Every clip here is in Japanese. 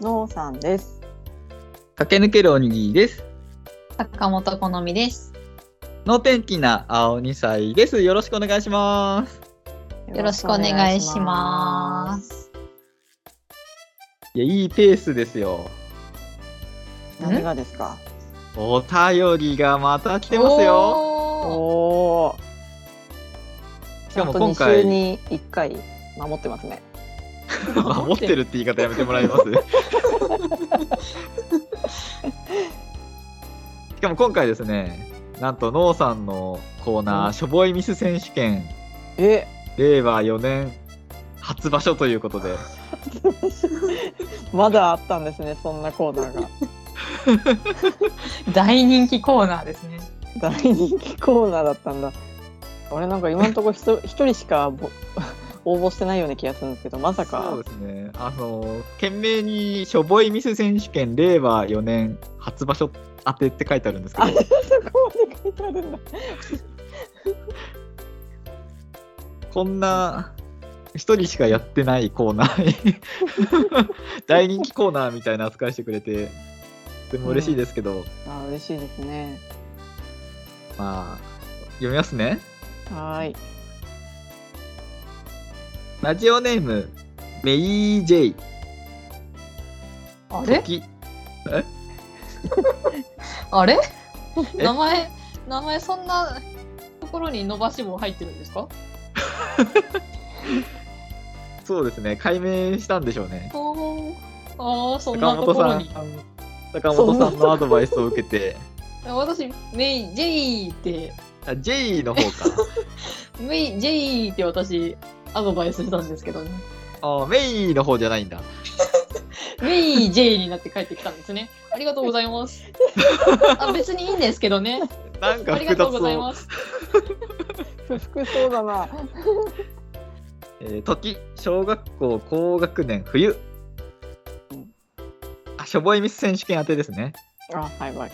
のうさんです。駆け抜けるおにぎりです。坂本好みです。能天気な青2歳です。よろしくお願いします。よろしくお願いします。いや、いいペースですよ。す何がですか。お便りがまた来てますよ。よ。おお。しちゃかんもと今二週回、に一回守ってますね。持ってるって言い方やめてもらいます。 しかも今回ですね、なんと能さんのコーナうー、んしょぼいミス選手権、え、 令和4年初場所ということで。まだあったんですね。そんなコーナーが大人気コーナーですね。大人気コーナーだったんだ。俺なんか今のところひと 一人しかぼ応募してないような気がするんですけど、まさそうか。ですね。あの、懸命にしょぼいミス選手権令和4年初場所当てって書いてあるんですけあ、ど、そこまで書いてあるんだ。こんな一人しかやってないコーナーに 大人気コーナーみたいな扱いしてくれて、とても嬉しいですけど、あ、嬉しいですね。まあ、読みますね。はーい。ラジオネーム、メイジェイ。あれ時あ れえ名前名前そんなところに伸ばし棒入ってるんですかそうですね、解明したんでしょうね。おーあーそん坂なと本こさろんに。、坂本さんのアドバイスを受けて、私、メイ・ジェイって、あジェイの方か。 メイ・ジェイって私、アドバイスしたんですけどね。あメイの方じゃないんだ。メイ・ジェイになって帰ってきたんですね。ありがとうござ います。あ別にいいんですけどね。なんかあり複がと雑うございそう。ます。不服そうだな。えー時、小学校高学年冬うん。あ、しょぼいミス選手権当てですね。あ、はいはい。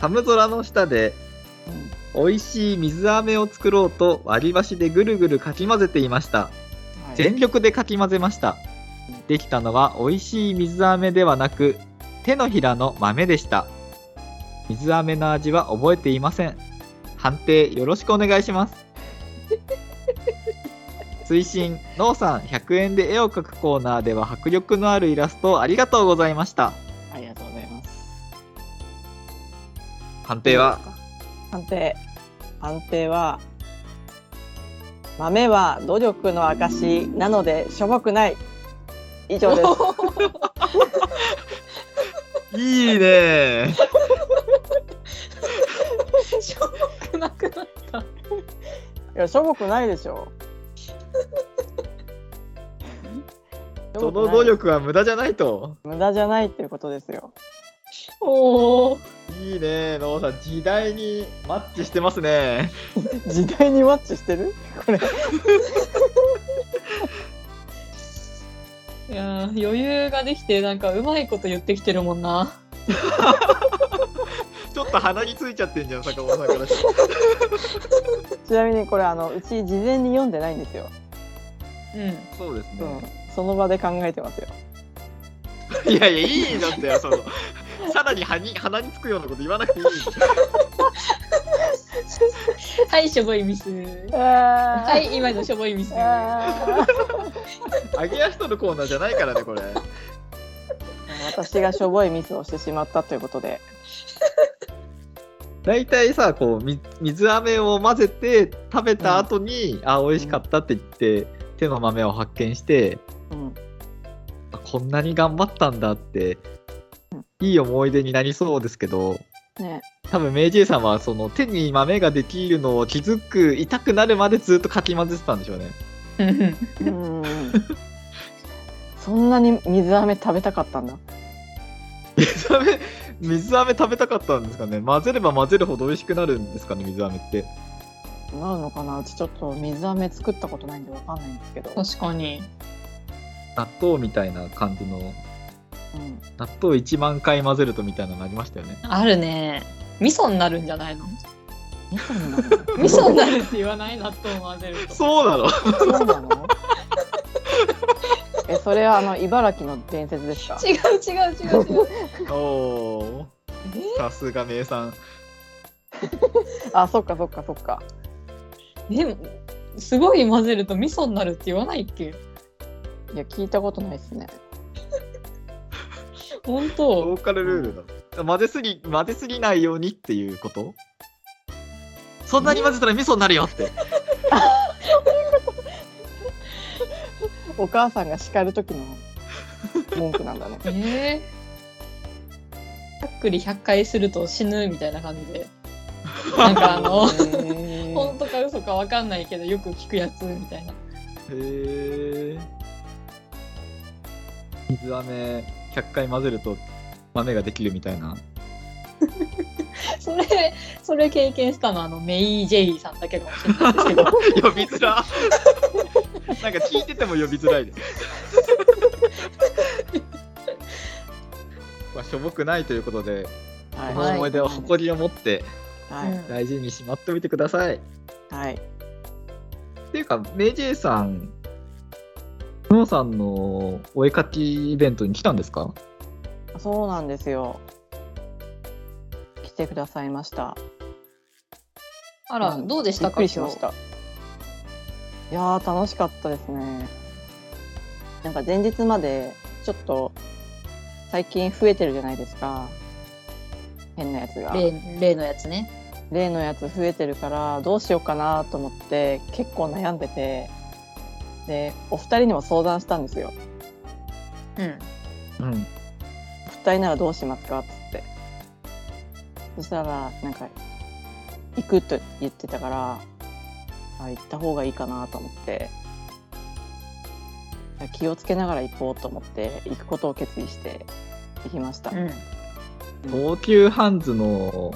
寒空の下でうん美味しい水飴を作ろうと割り箸でぐるぐるかき混ぜていました。はい全力でかき混ぜましたうん。できたのは美味しい水飴ではなく、手のひらの豆でした。水飴の味は覚えていません。判定よろしくお願いします。推進、のうさん100円で絵を描くコーナーでは迫力のあるイラストをありがとうございました。ありがとうございます。判定は、判定判定は豆は努力の証なのでしょぼくない以上ですいいね しょぼくなくなった。いやしょぼくないでしょ その努しょぼく力は無駄じゃないと。ない無駄じゃないっていうことですよおお。いいねのうさん、時代にマッチしてますね。時代にマッチしてるこれいやー余裕ができてなんかうまいこと言ってきてるもんな。ちょっと鼻についちゃってんじゃん、坂本さんからして。ちなみにこれあのうち事前に読んでないんですよ、うん。そうですうんね。、その場で考えてますよいやいや、いいんだってよ、その。 さらに歯に鼻につくようなこと言わなくていい。はいしょぼいミス。ははい今のしょぼい ミス。揚げ足とのコーナーじゃないからね、これ。私がしょぼいミスをしてしまったということで大体さ、こう、み水飴を混ぜて食べた後に、あ、美味しかったって言って、手の豆を発見して、うんあこんなに頑張ったんだって、いい思い出になりそうですけど、ね多分、明治さんは、その、手に豆ができるのを気づく、痛くなるまでずっとかき混ぜてたんでしょうね。うんうんそんなに水飴食べたかったんだ。水飴水飴食べたかったんですかね混ぜれば混ぜるほど美味しくなるんですかね水飴ってなるのかなうちちょっと水飴作ったことないんでわかんないんですけど。確かに。納豆みたいな感じのうん、納豆1万回混ぜるとみたいなのありましたよねあるね。味噌になるんじゃないの？味噌になるの味噌になるって言わない納豆を混ぜると。そうなのそうなのえ、それはあの茨城の伝説ですか 違う違う違う違う。おおーさすが名産あそっかそっかそっか ええすごい混ぜると味噌になるって言わないっけいや聞いたことないですね本ロ当ーカルルールだ混ぜすぎ混ぜすぎないようにっていうことそんなに混ぜたら味噌になるよってお母さんが叱る時の文句なんだねえー、ざっくり100回すると死ぬみたいな感じでなんかあのへー本当か嘘かわかんないけどよく聞くやつみたいなへえ。水飴100回混ぜると豆ができるみたいな。それそれ経験したのはあのメイ・ジェイさんだけかもしれないですけど呼びづらなんか聞いてても呼びづ らいです。まあ、しょぼくないということで、はこいの思い出を誇りを持ってはい、うん大事にしまっておいてください。はいっていうか、メイジェイさん、ノーさんのお絵描きイベントに来たんですかそうなんですよ来てくださいましたあらどうでしびったくかりしましたいやー楽しかったですねなんか前日までちょっと最近増えてるじゃないですか変なやつが例例のやつね例のやつ増えてるからどうしようかなと思って結構悩んでてでお二人にも相談したんですようんうん。お二人ならどうしますかっつってそしたらなんか行くと言ってたからあ行った方がいいかなと思って気をつけながら行こうと思って行くことを決意して行きました、うん東急ハンズの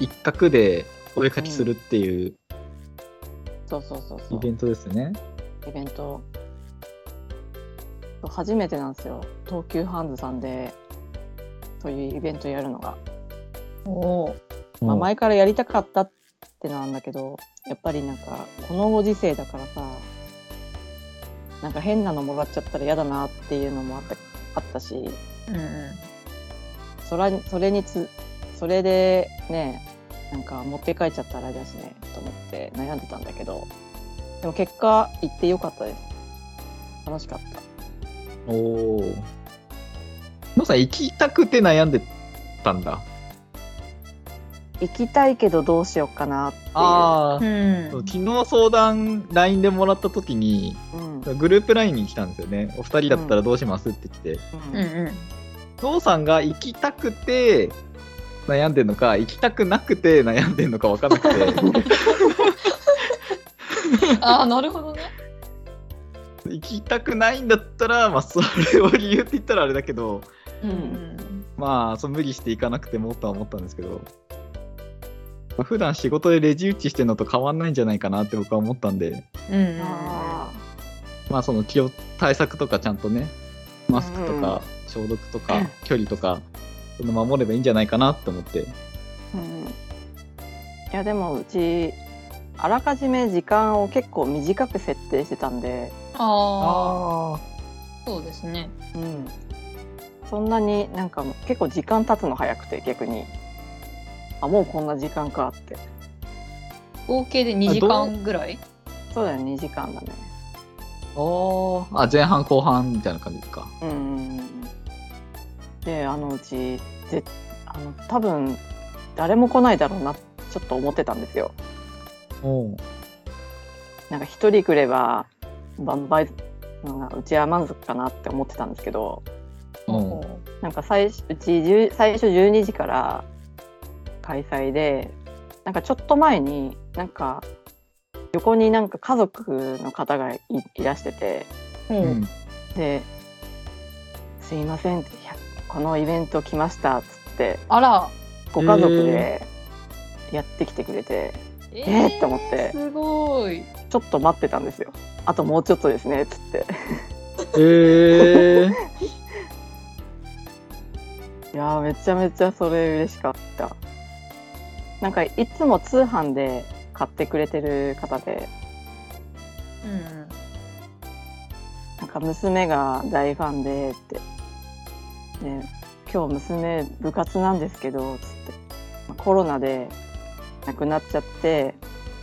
一角でお絵描きするっていうそうそうそうそイうベントですね。イベント初めてなんですよ東急ハンズさんでそういうイベントやるのが、おーまあ、うん前からやりたかったってのはあんだけどやっぱりなんかこのご時世だからさなんか変なのもらっちゃったら嫌だなっていうのもあったあったしうんうんそらそれにつそれでねなんか持って帰っちゃったらあれだしねと思って悩んでたんだけどでも結果行ってよかったです楽しかったおお。のさん行きたくて悩んでたんだ。行きたいけどどうしようかなっていう。ああ。う昨ん日相談 LINE でもらった時にうん。グループ LINE に来たんですよね。お二人だったらどうしますって来て。うんうんのうさんが行きたくて悩んでんのか行きたくなくて悩んでんのか分かんなくてああなるほどね行きたくないんだったらまあそれを理由って言ったらあれだけど。うんまあそう無理していかなくてもとは思ったんですけど普段仕事でレジ打ちしてるのと変わんないんじゃないかなって僕は思ったんでうんうんあまあその気を対策とかちゃんとねマスクとか消毒とか距離とかその守ればいいんじゃないかなって思ってーうん。いやでもうちあらかじめ時間を結構短く設定してたんで、あああそうですねうん。そんなになんかもう結構時間経つの早くて逆に。あもうこんな時間かって。合計で2時間ぐらいそうだよね2時間だね。ーあ前半後半みたいな感じですかうんうんうん。であのうちぜあの多分誰も来ないだろうなってちょっと思ってたんですよ。おなんか一人来れば万倍なんかうちは満足かなって思ってたんですけどおなんか最初うち10最初12時から開催でなんかちょっと前になんか横になんか家族の方がいいらしててううんんで「すいません」っていや「このイベント来ました」っつってあらご家族でやってきてくれて、ええーって思ってすごいちょっと待ってたんですよ。あともうちょっとですねっつってえー、いやーめちゃめちゃそれ嬉しかったなんかいつも通販で買ってくれてる方でうんなんか娘が大ファンでって、ね、今日娘部活なんですけどつってまあコロナで亡くなっちゃって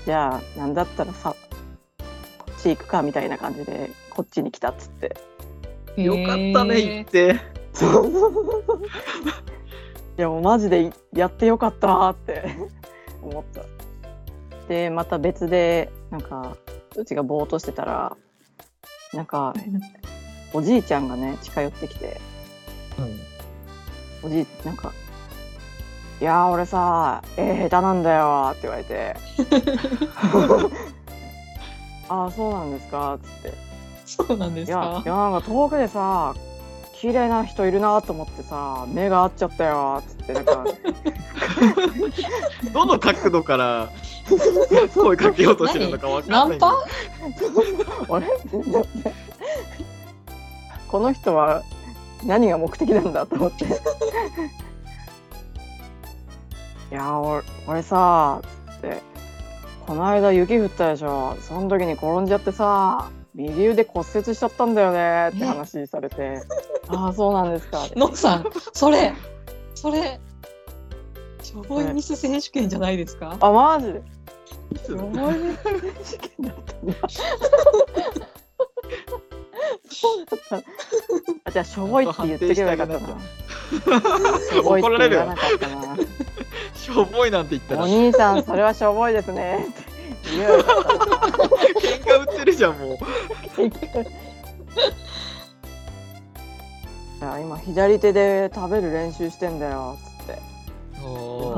じゃあなんだったらさこっち行くかみたいな感じでこっちに来たっつってよかったね、へ行って。そうそうそうそう いやもうマジでやってよかったって思ったでまた別でなんかうちがぼーっとしてたらなんかおじいちゃんがね近寄ってきてうんおじいなんか「いやー俺さ絵下手なんだよ」って言われ て「ああそうなんですか」っつってそうなんでいすやかいやなんか遠くでさ綺麗な人いるなと思ってさ目が合っちゃったよっつってなんか どの角度から声かけようとしてるのかわかナんなンい。パあれ この人は何が目的なんだと思ってい や俺俺さつってこの間雪降ったでしょその時に転んじゃってさ右腕骨折しちゃったんだよねって話されて「ああそうなんですか」ノックさんそれそれちょぼいミス選手権じゃないですかあマジでいつ思もい出事件だったんだ。そうだったの。 あじゃあしょぼいって言ってけばよかったな。しょぼいって怒られる言わよな。かったな。しょぼいなんて言ったらお喧兄さんそれはしょぼいですね。って言えばよかったな嘩売ってるじゃんもう。じゃあ今左手で食べる練習してんだよつってあ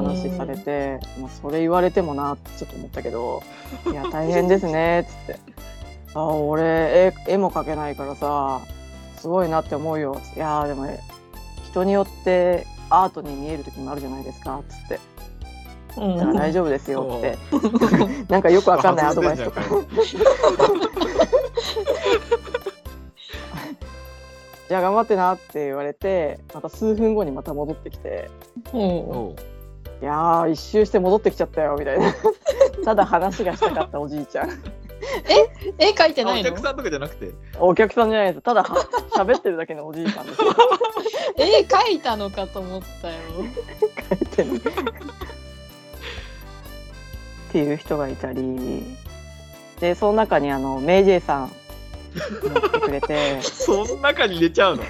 話されて、まあ、それ言われてもなってちょっと思ったけ ど「いや大変ですね」っつって「あ俺絵絵も描けないからさすごいなって思うよ」いやーでもえ人によってアートに見える時もあるじゃないですか」っつってう「だからん大丈夫ですよ」って うなんかよくわかんないアドバイスとか外「じゃあ頑張ってな」って言われてまた数分後にまた戻ってきてんお「ういやー一周して戻ってきちゃったよ」みたいな ただ話がしたかったおじいちゃん。絵描いてあなおいの客さんとかじゃなくて。お客さんじゃないです。ただ は喋ってるだけのおじいさんです。絵描いたのかと思ったよ帰ってるっていう人がいたり、でその中にあのメイジェイさんも来てくれて、その中に入れちゃうの。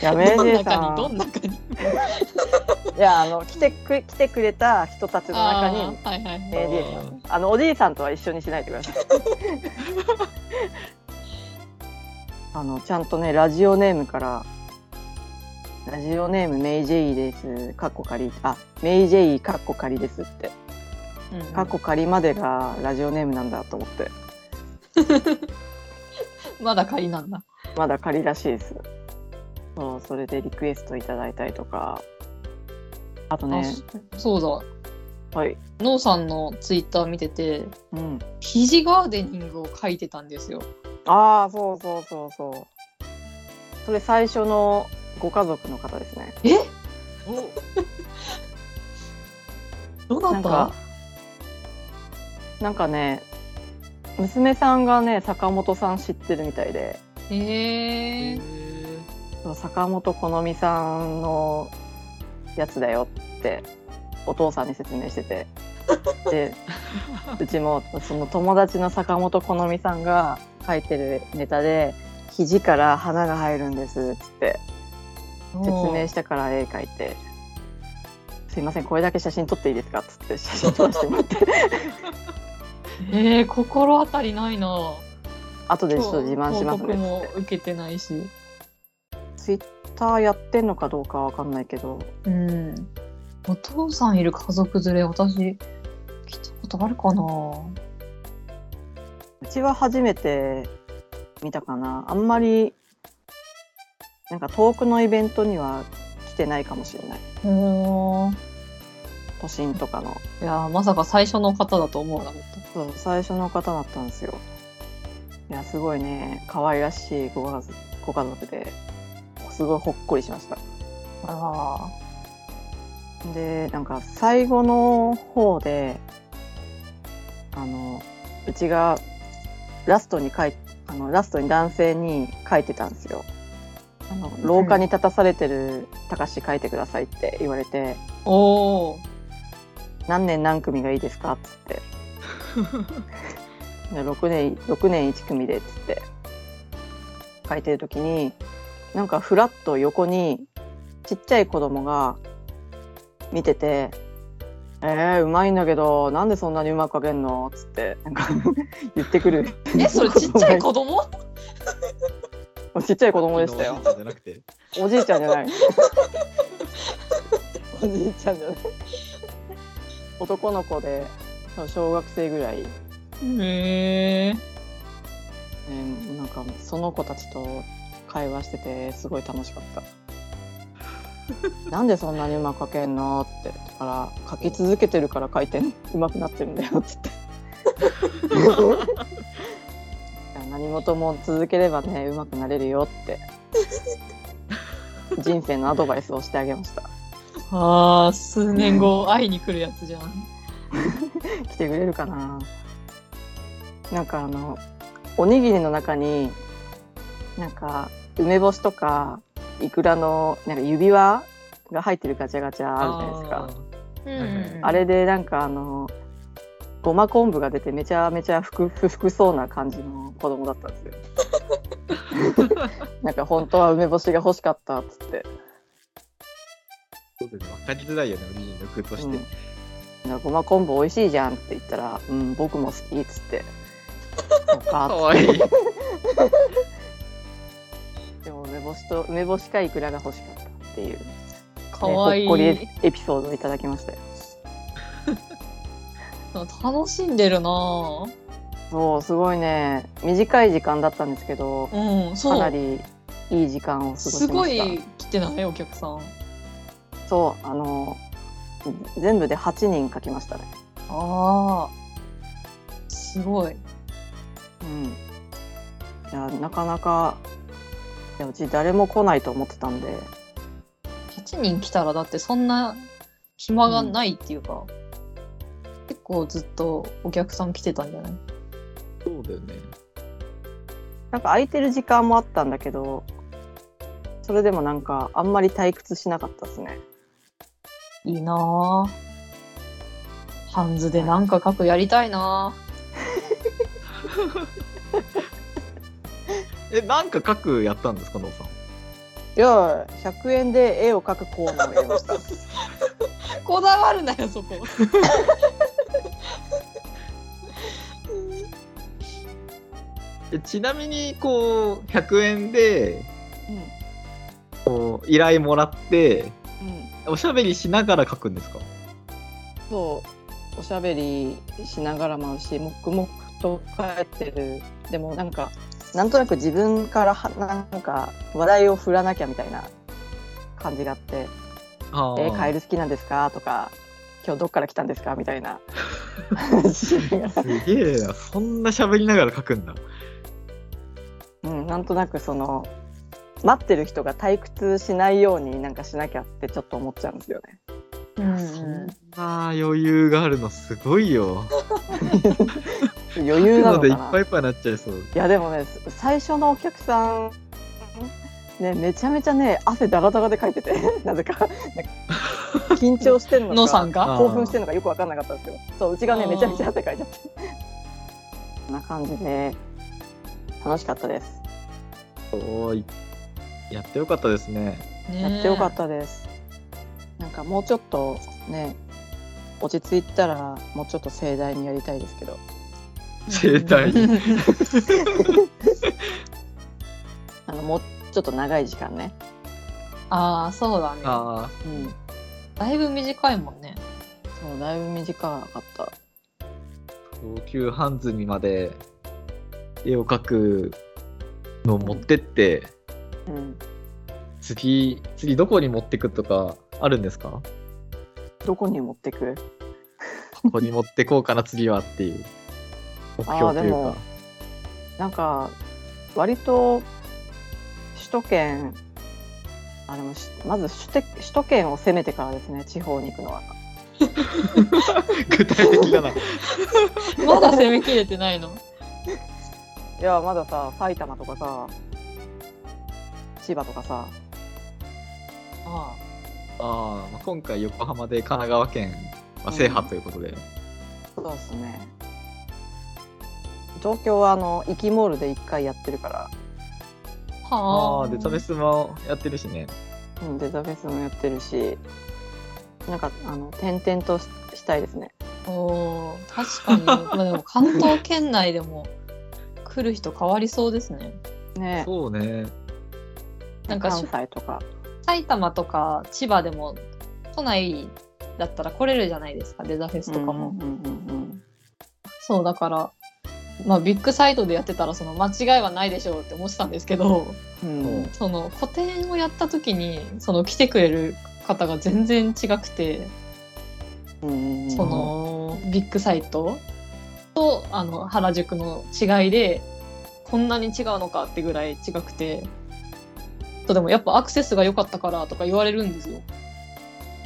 いやどメイジんェイ中さにどん、ん中にいやあの来てく来てくれた人たちの中あにーはいはいメイジェイさん、あのおじいさんとは一緒にしないでください。あのちゃんとねラジオネームから「ラジオネームメイジェイです」カッコ仮あメイジェイカッコ仮ですってうんカッコ仮までがラジオネームなんだと思ってまだ仮なんだまだ仮らしいですそうそれでリクエストいただいたりとかあとねあそそうはいだノーさんのツイッター見ててうん生地ガーデニングを描いてたんですよああそうそうそうそうそれ最初のご家族の方ですねえおどななんたかなんかね娘さんがね坂本さん知ってるみたいでへえそう坂本好美さんのやつだよってお父さんに説明しててでうちもその友達の坂本好美さんが書いてるネタで「肘から花が入るんです」っつって説明したから絵描いて「すいませんこれだけ写真撮っていいですか?」っつって写真撮らせてもらってえー、心当たりないな後でちょっと自慢します報告ねもっつって受けてないしツイッターやってんのかどうかわかんないけどうんお父さんいる家族連れ私来たことあるかなうちは初めて見たかなあんまりなんか遠くのイベントには来てないかもしれないおー都心とかのいやーまさか最初の方だと思うな本そう最初の方だったんですよいやすごいね可愛らしいご家族ご家族ですごいほっこりしました当あでなんか最後の方であのうちがラストに書いあのラストに男性に書いてたんですよ。あの廊下に立たされてる「たかし書いてください」って言われておお。 「何年何組がいいですか?」っつ ってで6年6年1組でっつって書いてる時になんかふらっと横にちっちゃい子供が見てて「えー、うまいんだけどなんでそんなにうまく書けんの?」っつってなんか言ってくるえ、それちっちゃい子供 ちっちゃい子供でしたよ昨日のおじいちゃんじゃなくておじいちゃんじゃないおじいちゃんじゃない男の子で小学生ぐらいへえ。えーなんかその子たちと会話しててすごい楽しかった。なんでそんなにうまく書けんのってだから書き続けてるから書いてんうまくなってるんだよっつっていや何事も続ければねうまくなれるよって人生のアドバイスをしてあげましたああ、数年後会いに来るやつじゃん。来てくれるかななんかあのおにぎりの中になんか梅干しとかいくらのなんか指輪が入ってるガチャガチャあるじゃないですかういはいあれでなんかあのごま昆布が出てめちゃめちゃふくふふくそうな感じの子供だったん ですよなんか本当は梅干しが欲しかったっつってそうですね分かりづらいよねおじいの句として、うん、なんかごま昆布美味しいじゃんって言ったら「うん僕も好き」っつ って「そうか」っかつっわいいてでも梅干しと梅干しかいくらが欲しかったっていう、ね、かわいい。ほっこりエピソードをいただきましたよ楽しんでるなぁそうすごいね短い時間だったんですけどうん、そう。かなりいい時間を過ごしましたすごい来てないお客さん。そうあの全部で8人書きましたねああ。すごい。うんいやなかなかいやうち誰も来ないと思ってたんで8人来たらだってそんな暇がないっていうか、結構ずっとお客さん来てたんじゃないそうだよねなんか空いてる時間もあったんだけど、それでもなんかあんまり退屈しなかったですね。いいなぁ。ハンズでなんか書くやりたいなえなんか書くやったんですかのうさんいや、100円で絵を描くコーナーをやりました。ぁ。 こだわるなよ、そこ。えちなみにこう100円でこう依頼もらってうん、うん、おしゃべりしながら書くんですかそう、おしゃべりしながらもあるし、黙々と書いてる。でもなんか、なんとなく自分からはなんか話題を振らなきゃみたいな感じがあって、あえーカエル好きなんですかとか、今日どっから来たんですかみたい な話が。すげえなそんなしゃべりながら書くんだうん、なんとなくその待ってる人が退屈しないようになんかしなきゃってちょっと思っちゃうんですよね。うんそんな余裕があるのすごいよ。余裕なのでかいっな。ぱいいいっぱいになっちゃいそう。やでもね最初のお客さんねめちゃめちゃね汗だらだらでかいてて なぜかなんか緊張してんのかのさんがあ興奮してんのかよく分かんなかったんですけどそううちがねうんめちゃめちゃ汗かいちゃって。こんな感じで楽しかったです。おーいやってよかったですね。やってよかったです。なんかもうちょっとね、落ち着いたらもうちょっと盛大にやりたいですけど。盛大にあのもうちょっと長い時間ね。ああ、そうだね。 あうん。だいぶ短いもんね。そうだいぶ短かった。あ、高級半積みまで絵を描くのを持ってって、うん。次、次どこに持ってくとかあるんですかどこに持ってく？ここに持ってこうかな、次はっていう目標といあーでうもか。なんか割と首都圏あでもしまず首都首都圏を攻めてからですね地方に行くのは。具体的だな。 まだ攻めきれてないの。いやまださ埼玉とかさ千葉とかさああーまあ、今回横浜で神奈川県、まあ、制覇ということで、そうっすね東京はあのイキモールで1回やってるから、あ。はああデータベースもやってるしねうん、データベースもやってるしなんかあの転々とししたいですねお ー確かに、まあ、でも関東圏内でも来る人変わりそうですね。ねそうねなんか関西とか埼玉とか千葉でも都内だったら来れるじゃないですかデザフェスとかも。うんうんうんそうだから、まあ、ビッグサイトでやってたらその間違いはないでしょうって思ってたんですけどうんうんそうその個展をやった時にその来てくれる方が全然違くてうんうんうんそのビッグサイトとあの原宿の違いでこんなに違うのかってぐらい違くて。とでもやっぱアクセスが良かったからとか言われるんですよ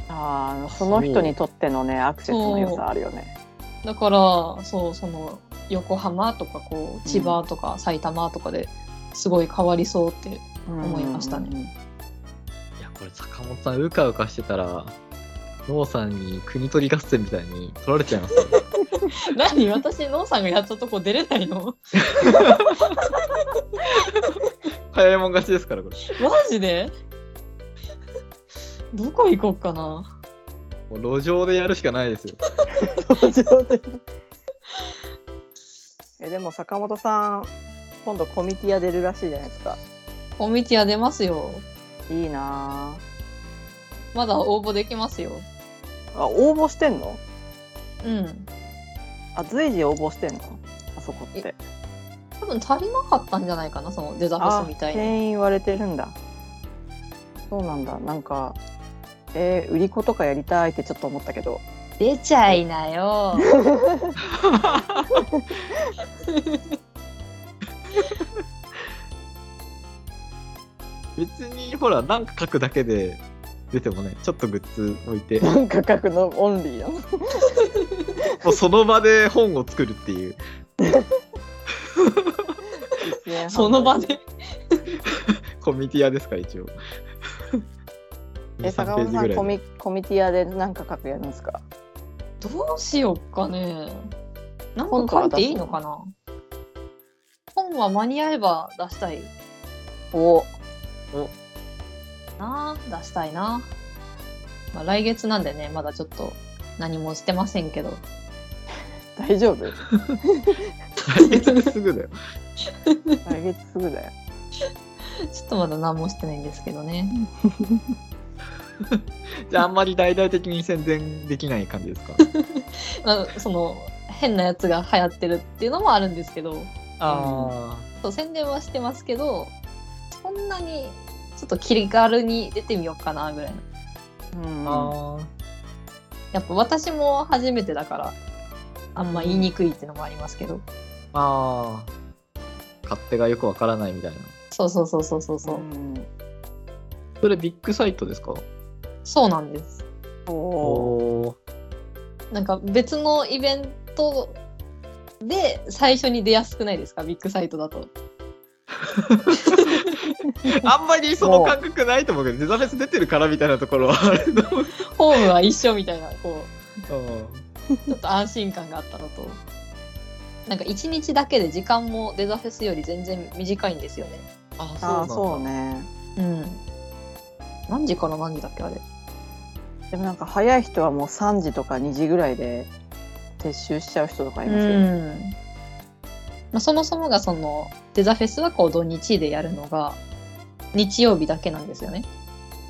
ああその人にとってのねアクセスの良さあるよねだからそうその横浜とかこう千葉とか埼玉とかですごい変わりそうって 思いましたねうんうんうんいやこれ坂本さんうかうかしてたらノーさんに国取り合戦みたいに取られちゃいますよ何私ノンさんがやったとこ出れないの 早いもん勝ちですからこれマジでどこ行こっかなもう路上でやるしかないですよえでも坂本さん今度コミティア出るらしいじゃないですかコミティア出ますよいいなまだ応募できますよああ応募してんのうんあ随時応募してんのあそこって多分足りなかったんじゃないかなそのデザフェあスみたいに店員言われてるんだそうなんだなんかえー売り子とかやりたいってちょっと思ったけど出ちゃいなよ 別にほらなんか書くだけで出てもねちょっとグッズ置いても なんか書くのオンリーなのうその場で本を作るっていう 一年半 その場でコミティアですから一応え坂本さんのコミコミティアでなんか書くやるんですかどうしよっかねなんか書いていいのかな本は間に合えば出したいおなあ出したいな、まあ、来月なんでねまだちょっと何もしてませんけど 大丈夫 来月ですぐだよ来月すぐだよちょっとまだ何もしてないんですけどねじゃああんまり大々的に宣伝できない感じです かまあその変なやつが流行ってるっていうのもあるんですけどあそう宣伝はしてますけどそんなにちょっと気軽に出てみようかなぐらいのうんーあーやっぱ私も初めてだからあんま言いにくいっていうのもありますけど、あー勝手がよくわからないみたいなそうそうそうそうそうそう、んそれビッグサイトですかそうなんですおーおなんか別のイベントで最初に出やすくないですかビッグサイトだとー あんまりその感覚ないと思うけどデザフェス出てるからみたいなところ はあると思うホームは一緒みたいなこうんうちょっと安心感があったのとなんか1日だけで時間もデザフェスより全然短いんですよねあああそうそうねうん何時から何時だっけあれでもなんか早い人はもう3時とか2時ぐらいで撤収しちゃう人とかいますよ、ねんまあ、そもそもがそのデザフェスはこう土日でやるのが日曜日だけなんですよね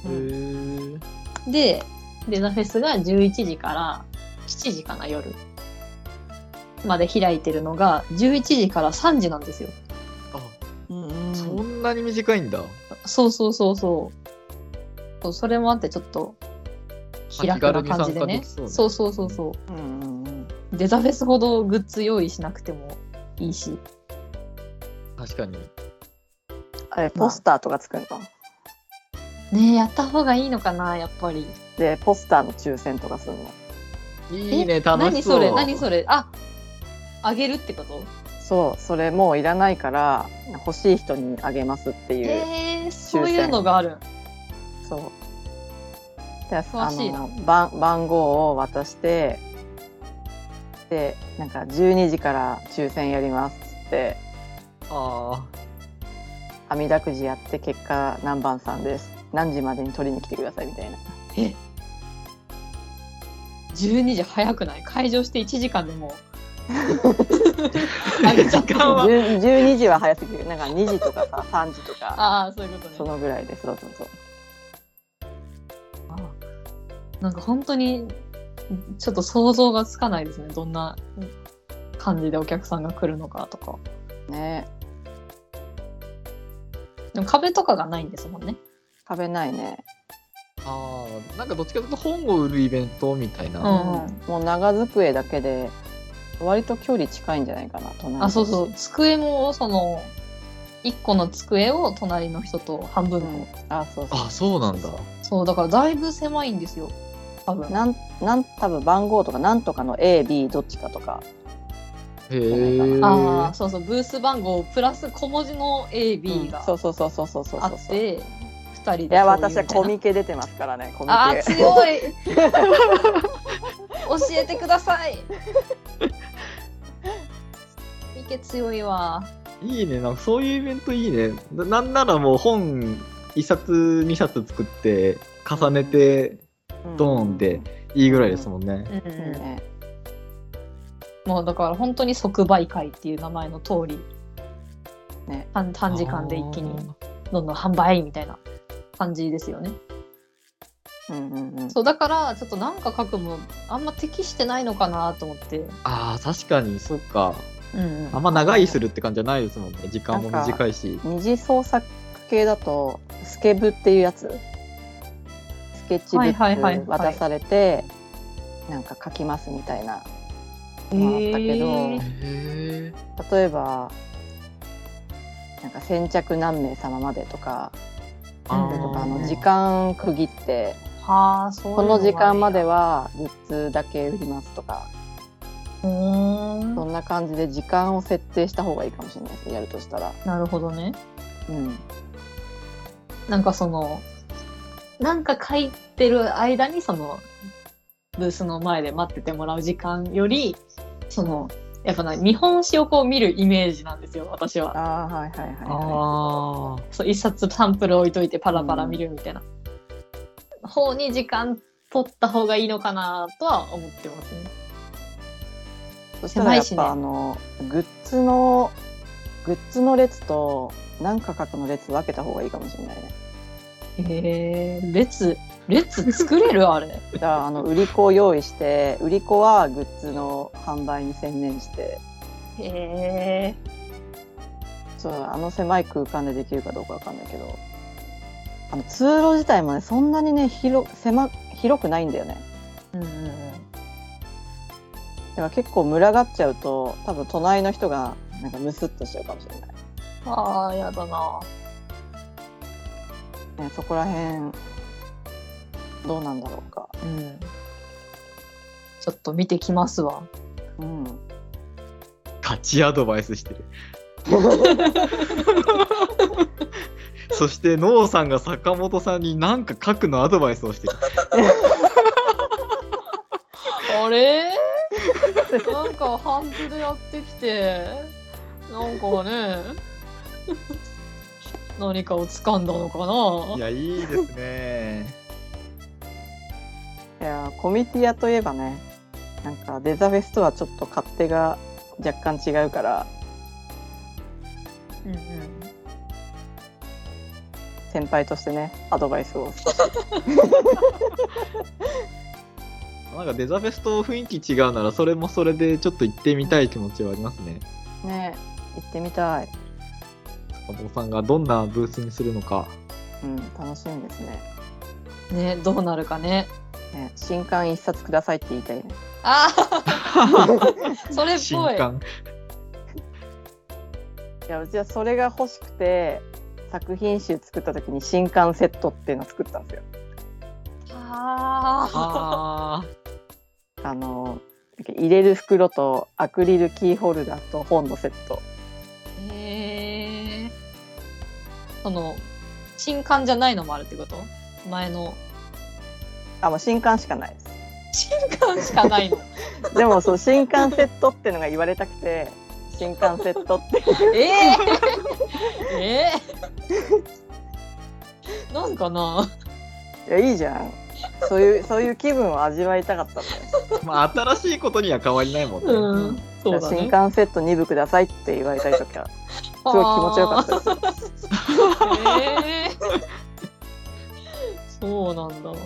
なんだへえでデザフェスが11時から7時かな夜まで開いてるのが11時から3時なんですよあうんうんそんなに短いんだそうそうそうそうそうそれもあってちょっと気楽な感じでね気軽に参加できそうねそうそうそうそううんうんうんデザフェスほどグッズ用意しなくてもいいし確かにあれポスターとか作るの、ねえやった方がいいのかなやっぱりでポスターの抽選とかするのいいね、楽し何そう。それ何それああげるってことそうそれもういらないから欲しい人にあげますっていう、えー、そういうのがあるそうであ詳しいなの番番号を渡してでなんか12時から抽選やりますっつってあ網だくじやって結果何番さんです何時までに取りに来てくださいみ たいなえ12時早くない開場して1時間でもうあげちゃっ時た間は10 12時は早すぎるなんか2時とか さ3時とかああそういうことそねのぐらいですそうそうそうなんか本当にちょっと想像がつかないですねどんな感じでお客さんが来るのかとかねでも壁とかがないんですもんね壁ないね、あ。ああ。なんかどっちかというと本を売るイベントみたいな。うんもう長机だけで割と距離近いんじゃないかな隣あそうそうう机もその1個の机を隣の人と半分んの、あそうそうあ、そうなんだ。そうだからだいぶ狭いんですよ多分なんなん多分番号とかなんとかの AB どっちかとかへえ。ああそうそうブース番号プラス小文字の AB がそうそうそうそうそうそうあそうっ。て2人でいいや私はコミケ出てますからねコミあーケ強 い教えてくださいコミケ強いわいいね、なんかそういうイベントいいね。ななんならもう本1冊2冊作って重ねてドーンでいいぐらいですもんね。うん、うんうんねもうだから本当に即売会っていう名前の通り、ね短短時間で一気にどんどん販売みたいな感じですよねうんうんうんそうだからちょっとなんか書くもあんま適してないのかなと思って、ああ、確かに、そっか。うんあんま長居するって感じじゃないですもんね。時間も短いし。二次創作系だとスケブっていうやつスケッチブはいはいはいッはいク渡されてなんか書きますみたいなもあったけどへーへえ。例えばなんか先着何名様までとかあとーかあの時間区切ってはあそういうこの時間までははグッズだけ売りますとかそんな感じで時間を設定した方がいいかもしれないですねやるとしたら。なるほどねうんなんかそのなんか書いてる間にそのブースの前で待っててもらう時間よりそのやっぱな日本史をこう見るイメージなんですよ私はあーはいはいはいはああ。そう一冊サンプル置いといてパラパラ見るみたいな、方に時間取った方がいいのかなとは思ってますねい。そしたらやっぱ、狭いしねあのグッズのグッズの列と何価格の列分けた方がいいかもしれないね。へえ列列作れるあれだからあの売り子を用意して売り子はグッズの販売に専念して へえそうあの狭い空間でできるかどうかわかんないけどあの通路自体もねそんなにね広狭広くないんだよねうんうんうんだから結構群がっちゃうと多分隣の人がなんかムスッとしちゃうかもしれない、ああやだなね、そこら辺どうなんだろうかうんちょっと見てきますわうん勝ちアドバイス してる。そして、ノーさんが坂本さんに何か書くのアドバイスをしてる。あれ なんかハンズでやってきてなんかね何かを掴んだのかいなや、いいですね。いやーコミティアといえばねなんかデザフェスとはちょっと勝手が若干違うからうんうん先輩としてねアドバイスをなんかデザフェスと雰囲気違うならそれもそれでちょっと行ってみたい気持ちはありますね。ね行ってみたい、坂本さんがどんなブースにするの か。うん、楽しみですねねどうなるかねね新刊一冊くださいって言いたいねあーそれっ新ぽい刊。いやうちはそれが欲しくて作品集作った時に新刊セットっていうのを作ったんですよあああ。あの入れる袋とアクリルキーホルダーと本のセットへえ。その、新刊じゃないのもあるってこと前の。あもう新刊しかないです新刊しかないの。でもそう新刊セットってのが言われたくて新刊セットってええー、 えー、なんかないやいいじゃんそういうそういう気分を味わいたかったんだよ まあ、新しいことには変わりないもんね。うんそうだ新ね刊セット2部くださいって言われたりとかすごい気持ちよかったですたえー、そうなんだうんい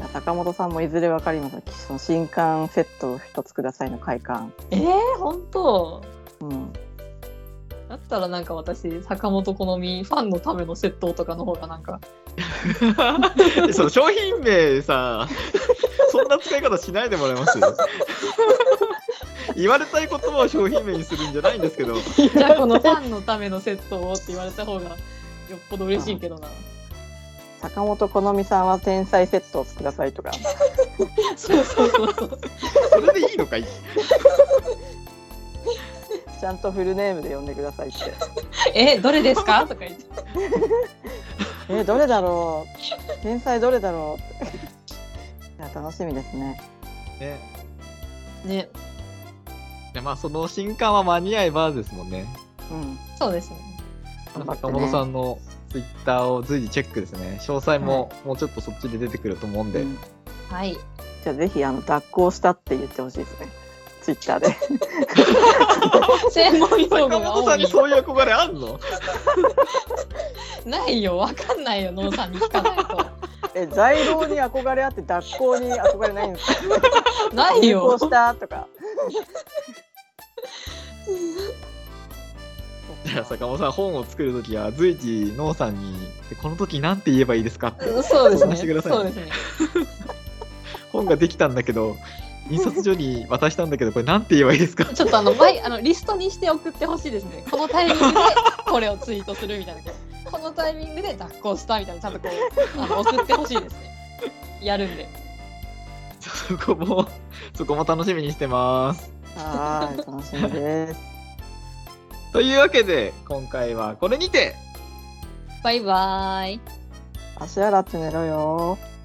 や坂本さんもいずれわかりますその新刊セットを一つくださいの快感えー、本当うんだったらなんか私坂本好みファンのための窃盗とかの方がなんか その商品名さ、そんな使い方しないでもらえます言われたい言葉を商品名にするんじゃないんですけど、じゃあこのファンのための窃盗をって言われた方がよっぽど嬉しいけどな坂本好美さんは天才セットをください とかそうそうそうそうそれでいいのかいちゃんとフルネームで呼んでくださいって えどれですかとか言ってえどれだろう天才どれだろうっていや楽しみですねね。ねでまあ、その新刊は間に合えばですもんね。うんそうですね頑張って坂ね本さんのツイッターを随時チェックですね。詳細ももうちょっとそっちで出てくると思うんで。うんはいじゃあぜひあの脱行したって言ってほしいですねツイッター で 専門用語坂が本さ多んにいそういう憧れあんの ないよわかんないよノーさんに聞かない とえ在労に憧れあって脱行に憧れないんですかない入行よしたとかじゃあ坂本さん本を作るときは随時ノーさんに「この時なんて言えばいいですか?」ってそうで相す談ねしてくださいそうですね本ができたんだけど印刷所に渡したんだけどこれなんて言えばいい ですかちょっとあの前あのリストにして送ってほしいですね。このタイミングでこれをツイートするみたいな。このタイミングで脱行したみたいなちゃんとこうあの送ってほしいですね。やるんで。そこもそこも楽しみにしてますはーい楽しみですというわけで今回はこれにてバイバーイ。足洗って寝ろよー